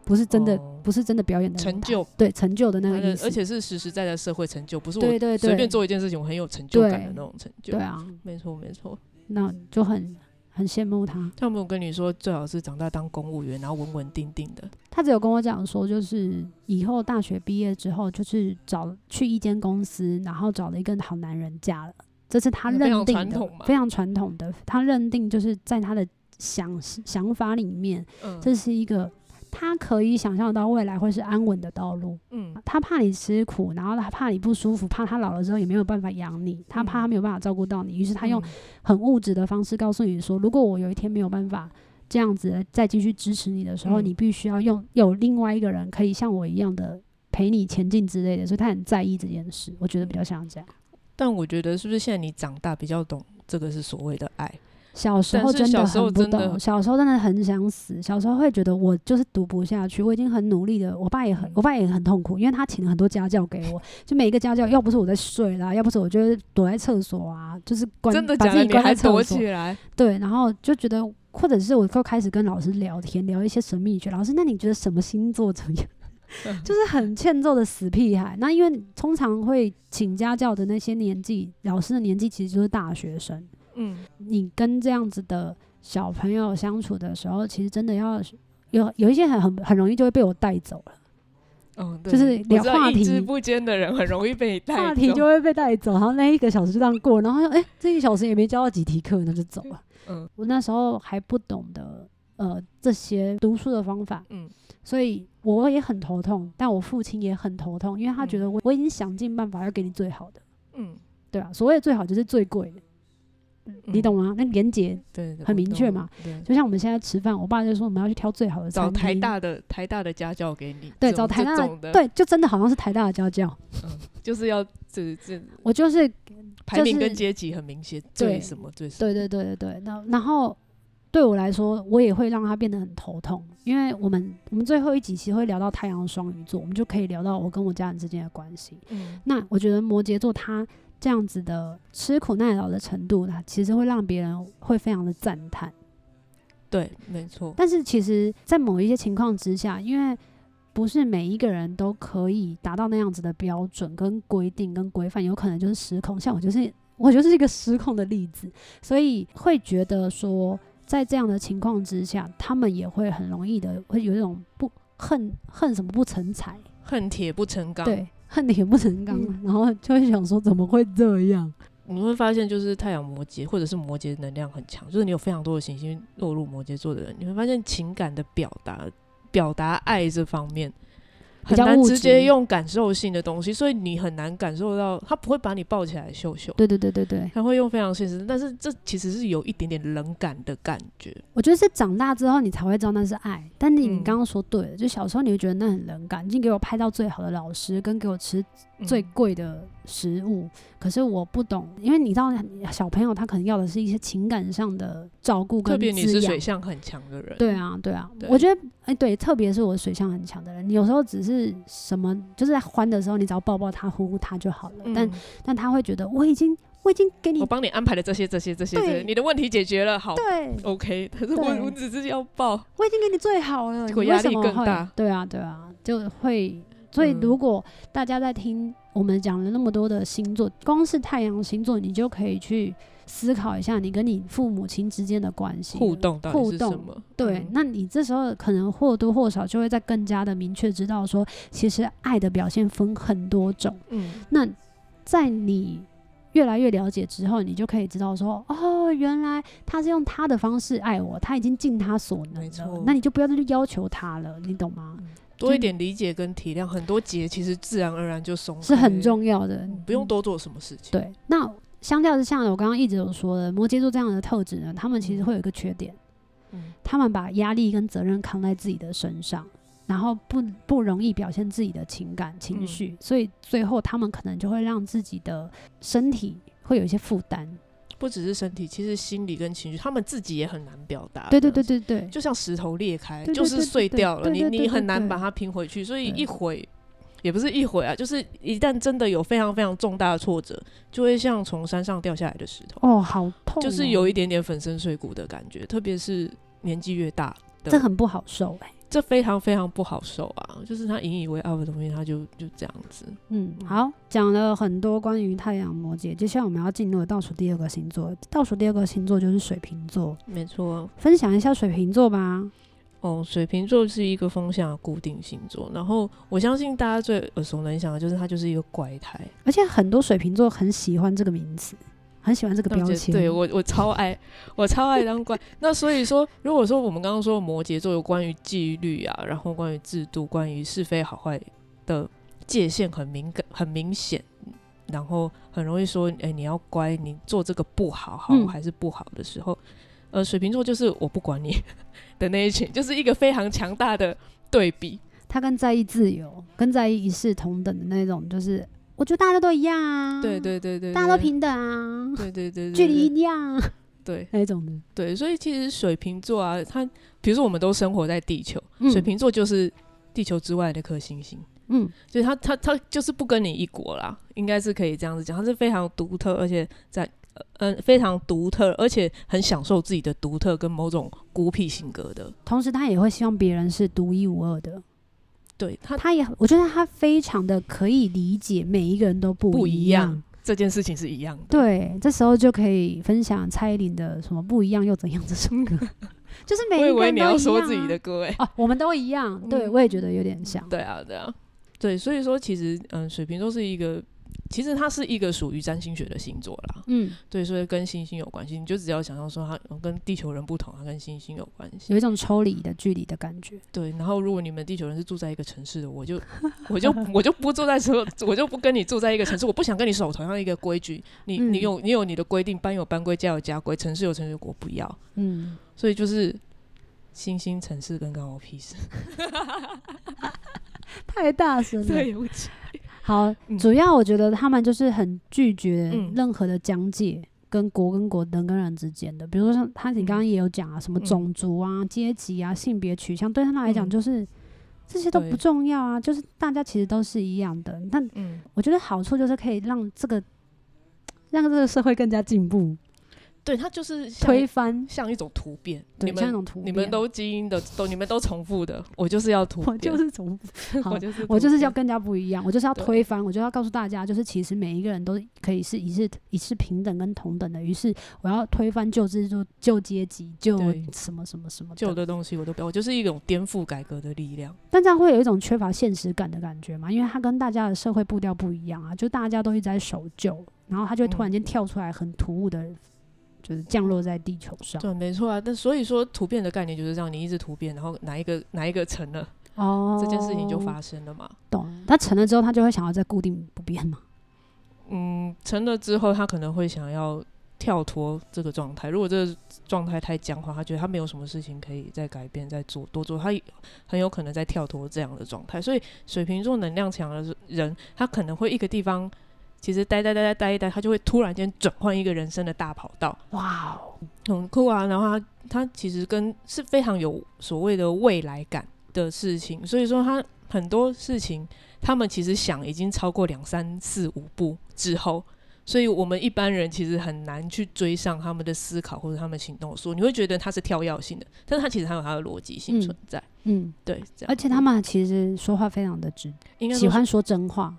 Speaker 1: 不是真的，
Speaker 2: 哦
Speaker 1: 不是真的表演的舞
Speaker 2: 成
Speaker 1: 台
Speaker 2: 就
Speaker 1: 对成就的那
Speaker 2: 他
Speaker 1: 个
Speaker 2: 的
Speaker 1: 意思，
Speaker 2: 而且是实实在在的社会成就，不是
Speaker 1: 对
Speaker 2: 我
Speaker 1: 对
Speaker 2: 随
Speaker 1: 对，
Speaker 2: 便做一件事情我很有成就感的
Speaker 1: 对
Speaker 2: 那种成就。嗯
Speaker 1: 对啊，
Speaker 2: 没错没错。
Speaker 1: 那就很很羡慕他。
Speaker 2: 他们有跟你说最好是长大当公务员，然后稳稳定定的。
Speaker 1: 他只有跟我讲说，就是以后大学毕业之后，就是找去一间公司，然后找了一个好男人嫁了。这是他
Speaker 2: 嗯
Speaker 1: 认
Speaker 2: 非
Speaker 1: 定
Speaker 2: 常
Speaker 1: 的，非
Speaker 2: 传
Speaker 1: 常
Speaker 2: 统嘛
Speaker 1: 传统的。他认定就是在他的想想法里面，
Speaker 2: 嗯，
Speaker 1: 这是一个他可以想象到未来会是安稳的道路。
Speaker 2: 嗯
Speaker 1: 他怕你吃苦，然后他怕你不舒服，怕他老了之后也没有办法养你，他怕他没有办法照顾到你，于是他用
Speaker 2: 嗯
Speaker 1: 很物质的方式告诉你说，如果我有一天没有办法这样子再继续支持你的时候，
Speaker 2: 嗯
Speaker 1: 你必须要用有另外一个人可以像我一样的陪你前进之类的，所以他很在意这件事。我觉得比较像这样，
Speaker 2: 但我觉得是不是现在你长大比较懂这个是所谓的爱？
Speaker 1: 小时
Speaker 2: 但
Speaker 1: 候
Speaker 2: 是
Speaker 1: 真
Speaker 2: 小
Speaker 1: 的
Speaker 2: 时候
Speaker 1: 很不
Speaker 2: 真的
Speaker 1: 懂，小时候真的很想死，小时候会觉得我就是读不下去，我已经很努力的，我爸也很
Speaker 2: 嗯，
Speaker 1: 我爸也很痛苦，因为他请了很多家教给我，就每一个家教，要不是我在睡啦，要不是我就是躲在厕所啊，就是关
Speaker 2: 真的
Speaker 1: 把
Speaker 2: 假
Speaker 1: 自
Speaker 2: 的？
Speaker 1: 己
Speaker 2: 你
Speaker 1: 关在
Speaker 2: 还
Speaker 1: 厕
Speaker 2: 躲
Speaker 1: 所
Speaker 2: 起来？
Speaker 1: 对，然后就觉得，或者是我就开始跟老师聊天，聊一些神秘学。老师，那你觉得什么星座怎么样？ 就是很欠揍的死屁孩。那因为通常会请家教的那些年纪，老师的年纪其实就是大学生。
Speaker 2: 嗯，
Speaker 1: 你跟这样子的小朋友相处的时候，其实真的要有有一些很很很容易就会被我带走了，
Speaker 2: 哦，对
Speaker 1: 就是
Speaker 2: 我
Speaker 1: 聊
Speaker 2: 知道
Speaker 1: 话
Speaker 2: 意志
Speaker 1: 题
Speaker 2: 不坚的人很容易被你带
Speaker 1: 话题
Speaker 2: 走
Speaker 1: 就会被带走，然后那一个小时就这样过，然后哎、诶这一小时也没教到几题课，那就走了。
Speaker 2: 嗯
Speaker 1: 我那时候还不懂得呃这些读书的方法，
Speaker 2: 嗯
Speaker 1: 所以我也很头痛，但我父亲也很头痛，因为他觉得我、我已经想尽办法要给你最好的，
Speaker 2: 嗯，
Speaker 1: 对吧、所谓的最好就是最贵的，你
Speaker 2: 嗯？
Speaker 1: 懂吗？那廉洁
Speaker 2: 对，对
Speaker 1: 很
Speaker 2: 我
Speaker 1: 明确
Speaker 2: 懂
Speaker 1: 嘛
Speaker 2: 对。
Speaker 1: 就像我们现在吃饭，我爸就说我们要去挑最好的
Speaker 2: 找
Speaker 1: 餐
Speaker 2: 台
Speaker 1: 厅，
Speaker 2: 大的台大的家教给你，
Speaker 1: 对，
Speaker 2: 这
Speaker 1: 找
Speaker 2: 种
Speaker 1: 台大
Speaker 2: 这种的，，
Speaker 1: 对，就真的好像是台大的家教，
Speaker 2: 就是要这这
Speaker 1: 我就是
Speaker 2: 排名
Speaker 1: 就是
Speaker 2: 跟阶级很明显，
Speaker 1: 对
Speaker 2: 最什么最什么，
Speaker 1: 对对对对对，那然后对我来说，我也会让他变得很头痛，因为我们我们最后一集其实会聊到太阳双鱼座，我们就可以聊到我跟我家人之间的关系。
Speaker 2: 嗯
Speaker 1: 那我觉得摩羯座他这样子的吃苦耐劳的程度，他其实会让别人会非常的赞叹。
Speaker 2: 对，没错，
Speaker 1: 但是其实，在某一些情况之下，因为不是每一个人都可以达到那样子的标准、跟规定、跟规范，有可能就是失控。像我就是，我就是一个失控的例子，所以会觉得说，在这样的情况之下，他们也会很容易的会有一种不恨恨什么不成才，
Speaker 2: 恨铁不成钢。，
Speaker 1: 对， 恨铁不成钢，
Speaker 2: 嗯
Speaker 1: 然后就会想说怎么会这样？
Speaker 2: 你会发现就是太阳摩羯或者是摩羯能量很强，就是你有非常多的行星落入摩羯座的人，你会发现情感的表达、表达爱这方面。
Speaker 1: 比
Speaker 2: 很
Speaker 1: 较
Speaker 2: 难
Speaker 1: 物
Speaker 2: 直接
Speaker 1: 质
Speaker 2: 用感受性的东西，所以你很难感受到，他不会把你抱起来秀秀，
Speaker 1: 对对对对对，
Speaker 2: 他会用非常现实，但是这其实是有一点点冷感的感觉。
Speaker 1: 我觉得是长大之后你才会知道那是爱，但你
Speaker 2: 嗯
Speaker 1: 你刚刚说对了，就小时候你会觉得那很冷感，你给我拍到最好的老师，跟给我吃
Speaker 2: 嗯
Speaker 1: 最贵的食物，可是我不懂，因为你知道小朋友他可能要的是一些情感上的照顾
Speaker 2: 特
Speaker 1: 跟
Speaker 2: 别
Speaker 1: 滋
Speaker 2: 你是
Speaker 1: 养
Speaker 2: 水。象很强的人，
Speaker 1: 对啊，对啊，
Speaker 2: 对
Speaker 1: 我觉得，哎、对，特别是我水象很强的人，你有时候只是什么，就是在欢的时候，你只要抱抱他、呼呼他就好了。
Speaker 2: 嗯，
Speaker 1: 但但他会觉得，我已经，我已经给你
Speaker 2: 我帮你安排了这些、这些、这些，这些
Speaker 1: 对
Speaker 2: 你的问题解决了，好
Speaker 1: 对，啊
Speaker 2: ，OK。但是 我
Speaker 1: 对
Speaker 2: 我只是要抱，
Speaker 1: 我已经给你最好了，
Speaker 2: 结果
Speaker 1: 你
Speaker 2: 压
Speaker 1: 为什
Speaker 2: 力
Speaker 1: 么
Speaker 2: 更
Speaker 1: 会
Speaker 2: 大
Speaker 1: 对啊，对啊，就会。所以，
Speaker 2: 嗯
Speaker 1: 如果大家在听我们讲了那么多的星座，光是太阳星座，你就可以去思考一下你跟你父母亲之间的关系
Speaker 2: 互。动到底
Speaker 1: 互
Speaker 2: 是
Speaker 1: 动
Speaker 2: 什么？
Speaker 1: 对，
Speaker 2: 嗯
Speaker 1: 那你这时候可能或多或少就会在更加的明确知道说，其实爱的表现分很多种。
Speaker 2: 嗯，
Speaker 1: 那在你越来越了解之后，你就可以知道说，哦，原来他是用他的方式爱我，他已经尽他所能
Speaker 2: 没
Speaker 1: 了
Speaker 2: 错，
Speaker 1: 那你就不要再去要求他了，你懂吗？
Speaker 2: 多一点理解跟体谅，很多结其实自然而然就松开，
Speaker 1: 是很重要的
Speaker 2: 嗯，，不用多做什么事情。，
Speaker 1: 对。那相较之下呢，我刚刚一直有说的，摩羯座这样的特质呢，他们其实会有一个缺点，
Speaker 2: 嗯，
Speaker 1: 他们把压力跟责任扛在自己的身上。然后不不容易表现自己的情感情
Speaker 2: 嗯
Speaker 1: 绪，所以最后他们可能就会让自己的身体会有一些负担，
Speaker 2: 不只是身体，其实心理跟情绪，他们自己也很难表达。
Speaker 1: 对对对，对对，
Speaker 2: 就像石头裂开，
Speaker 1: 对对
Speaker 2: 就是
Speaker 1: 对
Speaker 2: 碎
Speaker 1: 对
Speaker 2: 掉了，
Speaker 1: 对
Speaker 2: 你
Speaker 1: 对对
Speaker 2: 你
Speaker 1: 对
Speaker 2: 很难
Speaker 1: 对
Speaker 2: 把它拼回去，所以
Speaker 1: 对
Speaker 2: 一毁也不是一毁啊，就是一旦真的有非常非常重大的挫折，就会像从山上掉下来的石头，
Speaker 1: 哦，好痛哦、
Speaker 2: 就是有一点点粉身碎骨的感觉，特别是年纪越大。
Speaker 1: 这很不好受哎、
Speaker 2: 这非常非常不好受啊！就是他引以为傲的东西，他就就这样子。
Speaker 1: 嗯，
Speaker 2: 嗯
Speaker 1: 好，讲了很多关于太阳摩羯，接下来我们要进入的倒数第二个星座，倒数第二个星座就是水瓶座，
Speaker 2: 没错，
Speaker 1: 分享一下水瓶座吧。
Speaker 2: 哦，水瓶座是一个风向的固定星座，然后我相信大家最耳熟能详的就是他就是一个怪胎，
Speaker 1: 而且很多水瓶座很喜欢这个名词，很喜欢这个
Speaker 2: 但我
Speaker 1: 标
Speaker 2: 觉得
Speaker 1: 签。
Speaker 2: 对我我超爱，我超爱当怪。那所以说，如果说我们刚刚说摩羯座有关于纪律啊，然后关于制度，关于是非好坏的界限很敏感、很明显，然后很容易说，哎、你要乖，你做这个不好，好、
Speaker 1: 嗯
Speaker 2: 还是不好的时候，呃，水瓶座就是我不管你的那一群，就是一个非常强大的对比。
Speaker 1: 他跟在意自由、跟在意一视同等的那种，就是我觉得大家都一样啊，
Speaker 2: 对，对对对，
Speaker 1: 大家都
Speaker 2: 对。
Speaker 1: 平等啊，
Speaker 2: 对对对，对
Speaker 1: 距离
Speaker 2: 对
Speaker 1: 一样啊
Speaker 2: 对
Speaker 1: 那一种的。
Speaker 2: 对，所以其实水瓶座啊，它比如说我们都生活在地球，
Speaker 1: 嗯
Speaker 2: 水瓶座就是地球之外那颗星星，
Speaker 1: 嗯，
Speaker 2: 所以它它它就是不跟你一国啦，应该是可以这样子讲，它是非常独特，而且在呃嗯非常独特，而且很享受自己的独特跟某种孤僻性格的。
Speaker 1: 同时他也会希望别人是独一无二的。
Speaker 2: 对他
Speaker 1: 他也，我觉得他非常的可以理解每一个人都不
Speaker 2: 不
Speaker 1: 一
Speaker 2: 一样，这件事情是一样的。
Speaker 1: 对，这时候就可以分享蔡依林的什么不一样又怎样这首 歌，就是每一
Speaker 2: 我
Speaker 1: 个人都
Speaker 2: 以为
Speaker 1: 一
Speaker 2: 你
Speaker 1: 样、啊。
Speaker 2: 要说自己的歌 哎、
Speaker 1: 哦，我们都一样，对、
Speaker 2: 嗯
Speaker 1: 我也觉得有点像。
Speaker 2: 对啊，对啊，对，所以说其实嗯，水瓶座是一个，其实它是一个属于占星学的星座啦。
Speaker 1: 嗯，
Speaker 2: 对，所以跟星星有关系，你就只要想象说它呃跟地球人不同，它跟星星有关系。
Speaker 1: 有一种抽离的距离的感觉。
Speaker 2: 对，然后如果你们地球人是住在一个城市的，我就我就我就不住在说，我就不跟你住在一个城市，我不想跟你守同样一个规矩。你你
Speaker 1: 嗯
Speaker 2: 有你有你的规定，班有班规，家有家规，城市有城市规，我不要。
Speaker 1: 嗯，
Speaker 2: 所以就是星星、城市跟干我 屁事。
Speaker 1: 太大声了。
Speaker 2: 对不起，
Speaker 1: 好，
Speaker 2: 嗯
Speaker 1: 主要我觉得他们就是很拒绝
Speaker 2: 嗯
Speaker 1: 任何的疆界。跟国跟国、人跟人之间的，比如说像他，你刚刚也有讲啊，什么
Speaker 2: 嗯
Speaker 1: 种族啊、阶级啊、性别取向，对他们来讲
Speaker 2: 嗯
Speaker 1: 就是、这些都
Speaker 2: 对
Speaker 1: 不重要啊，就是大家其实都是一样的。但
Speaker 2: 嗯，
Speaker 1: 我觉得好处就是可以让这个让这个社会更加进步。
Speaker 2: 对，它就是像
Speaker 1: 推翻，
Speaker 2: 像一种突变。你
Speaker 1: 对，像那
Speaker 2: 们
Speaker 1: 种图
Speaker 2: 你们都基因的都你们都重复的，我就是要突
Speaker 1: 我
Speaker 2: 变，
Speaker 1: 就是从好
Speaker 2: 我就是
Speaker 1: 我
Speaker 2: 突
Speaker 1: 就是
Speaker 2: 变
Speaker 1: 要跟人家不一样，我就是要
Speaker 2: 对
Speaker 1: 推翻，我就要告诉大家，就是其实每一个人都可以是一视一视平等跟同等的。于是我要推翻旧制度、旧阶级、旧
Speaker 2: 对
Speaker 1: 什么什么什么
Speaker 2: 旧
Speaker 1: 的。
Speaker 2: 的东西我都不要，我就是一种颠覆改革的力量。
Speaker 1: 但这样会有一种缺乏现实感的感觉嘛？因为他跟大家的社会步调不一样啊，就大家都一直在守旧，然后他就
Speaker 2: 嗯
Speaker 1: 会突然间跳出来，很突兀的，就是降落在地球上。
Speaker 2: 对，没错啊。但所以说，突变的概念就是这样，你一直突变，然后哪一个哪一个成了，
Speaker 1: 哦，
Speaker 2: 这件事情就发生了嘛。
Speaker 1: 懂了。他成了之后，他就会想要再固定不变嘛？
Speaker 2: 嗯，成了之后，他可能会想要跳脱这个状态。如果这个状态太僵化，他觉得他没有什么事情可以再改变、再做多做，他也很有可能再跳脱这样的状态。所以，水瓶座能量强的人，他可能会一个地方。其实待待待待待一待，他就会突然间转换一个人生的大跑道，
Speaker 1: 哇哦，
Speaker 2: 很酷啊。然后他他其实跟是非常有所谓的未来感的事情，所以说他很多事情他们其实想已经超过两三四五步之后。所以，我们一般人其实很难去追上他们的思考或者他们行动的速度。你会觉得它是跳跃性的，但是它其实还有它的逻辑性
Speaker 1: 嗯
Speaker 2: 存在。
Speaker 1: 嗯，
Speaker 2: 对，这样
Speaker 1: 而且他们其实说话非常的直，
Speaker 2: 应该
Speaker 1: 喜
Speaker 2: 说是
Speaker 1: 欢说真话。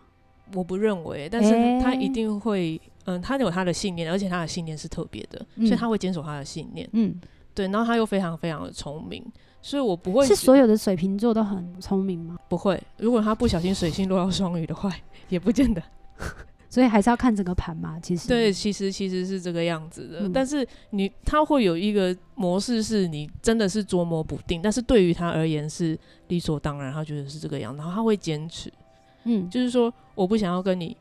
Speaker 2: 我不认为，但是他
Speaker 1: 诶
Speaker 2: 一定会，嗯，他有他的信念，而且他的信念是特别的，
Speaker 1: 嗯
Speaker 2: 所以他会坚守他的信念。
Speaker 1: 嗯，
Speaker 2: 对，然后他又非常非常的聪明，所以我不会
Speaker 1: 是
Speaker 2: 觉
Speaker 1: 所有的水瓶座都很聪明吗？
Speaker 2: 不会，如果他不小心水星落到双鱼的话， 也不见得。
Speaker 1: 所以还是要看整个盘嘛。其实
Speaker 2: 对，，其实其实是这个样子的，
Speaker 1: 嗯
Speaker 2: 但是你他会有一个模式，是你真的是捉摸不定，但是对于他而言是理所当然，他觉得是这个样，然后他会坚持，
Speaker 1: 嗯，
Speaker 2: 就是说我不想要跟你，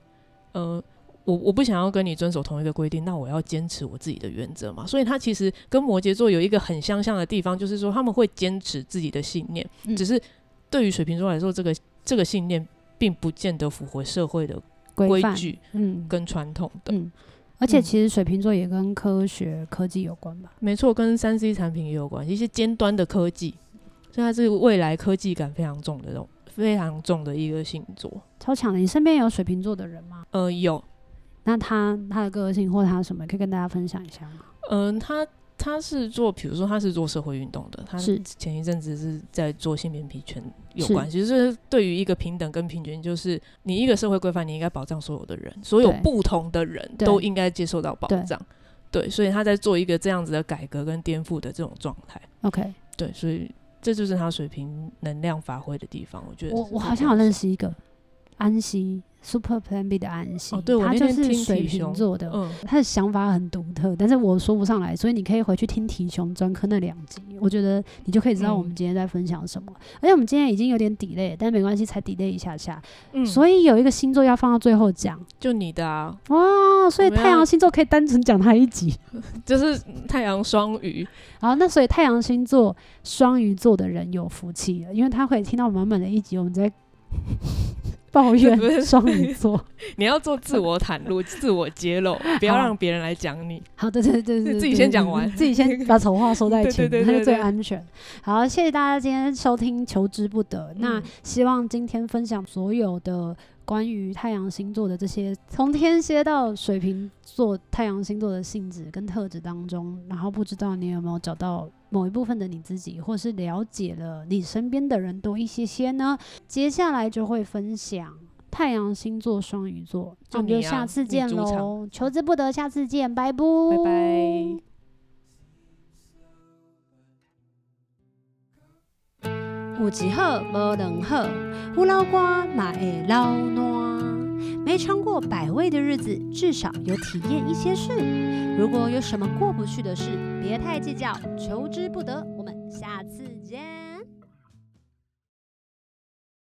Speaker 2: 呃。我我不想要跟你遵守同一个规定，那我要坚持我自己的原则嘛。所以他其实跟摩羯座有一个很相像的地方，就是说他们会坚持自己的信念，
Speaker 1: 嗯
Speaker 2: 只是对于水瓶座来说，这个这个信念并不见得符合社会的规
Speaker 1: 规范，
Speaker 2: 矩
Speaker 1: 嗯
Speaker 2: 跟传统的。
Speaker 1: 嗯。而且
Speaker 2: 嗯
Speaker 1: 其实水瓶座也跟科学科技有关吧？
Speaker 2: 没错，跟三 C 产品也有关系，一些尖端的科技，所以它是未来科技感非常重的这种非常重的一个星座。
Speaker 1: 超强的，你身边有水瓶座的人吗？
Speaker 2: 呃，有，
Speaker 1: 那他他的个性或他什么，可以跟大家分享一下吗？
Speaker 2: 嗯、他他是做，比如说他是做社会运动的，他
Speaker 1: 是
Speaker 2: 前一阵子是在做性别平权有
Speaker 1: 是
Speaker 2: 关系，就是对于一个平等跟平权，就是你一个社会规范，你应该保障所有的人，所有
Speaker 1: 对
Speaker 2: 不同的人
Speaker 1: 对
Speaker 2: 都应该接受到保
Speaker 1: 对
Speaker 2: 障。对，所以他在做一个这样子的改革跟颠覆的这种状态。
Speaker 1: OK，
Speaker 2: 对，所以这就是他水平能量发挥的地方。我觉得
Speaker 1: 我
Speaker 2: 是
Speaker 1: 我
Speaker 2: 这
Speaker 1: 好像有
Speaker 2: 样
Speaker 1: 认
Speaker 2: 子
Speaker 1: 识一个安息 Super Plan B 的安息，
Speaker 2: 哦对我
Speaker 1: 他
Speaker 2: 那
Speaker 1: 就
Speaker 2: 天
Speaker 1: 是
Speaker 2: 听
Speaker 1: 水
Speaker 2: 体
Speaker 1: 瓶
Speaker 2: 雄
Speaker 1: 座的，
Speaker 2: 嗯，
Speaker 1: 他的想法很独特，但是我说不上来，所以你可以回去听体雄专科那两集，我觉得你就可以知道我
Speaker 2: 嗯
Speaker 1: 们今天在分享什么。而且我们今天已经有点 delay，但没关系，才 delay 一下下。
Speaker 2: 嗯
Speaker 1: 所以有一个星座要放到最后讲
Speaker 2: 就你的啊，
Speaker 1: 哇，所以
Speaker 2: 我们要
Speaker 1: 太阳星座可以单纯讲它一集。
Speaker 2: 嗯就是太阳双鱼，
Speaker 1: 好，那所以太阳星座双鱼座的人有福气了，因为他可以听到满满的一集我们在抱
Speaker 2: 是 不是
Speaker 1: 怨双鱼 座。
Speaker 2: 你要做自我袒露、自我揭露，不要
Speaker 1: 好
Speaker 2: 让别人来讲你。
Speaker 1: 好的，对对 对对对，
Speaker 2: 自己先讲完
Speaker 1: 自己先 把丑话说在前，
Speaker 2: 对对对
Speaker 1: 那
Speaker 2: 对
Speaker 1: 就最
Speaker 2: 对
Speaker 1: 安全。好，谢谢大家今天收听《求之不得》那
Speaker 2: 嗯
Speaker 1: 希望今天分享所有的关于太阳星座的这些，从天蝎到水瓶座太阳星座的性质跟特质当中，然后不知道你有没有找到某一部分的你自己，或是了解了你身边的人多一些些呢？接下来就会分享。太阳星座双鱼座，那我们
Speaker 2: 祝
Speaker 1: 就
Speaker 2: 你啊
Speaker 1: 下次
Speaker 2: 你
Speaker 1: 见
Speaker 2: 主场
Speaker 1: 喽！求之不得，下次见，拜拜，
Speaker 2: 拜拜。
Speaker 3: 有一好无两好，胡老瓜嘛会老烂。没尝过百味的日子，至少有体验一些事。如果有什么过不去的事，别太计较，求之不得。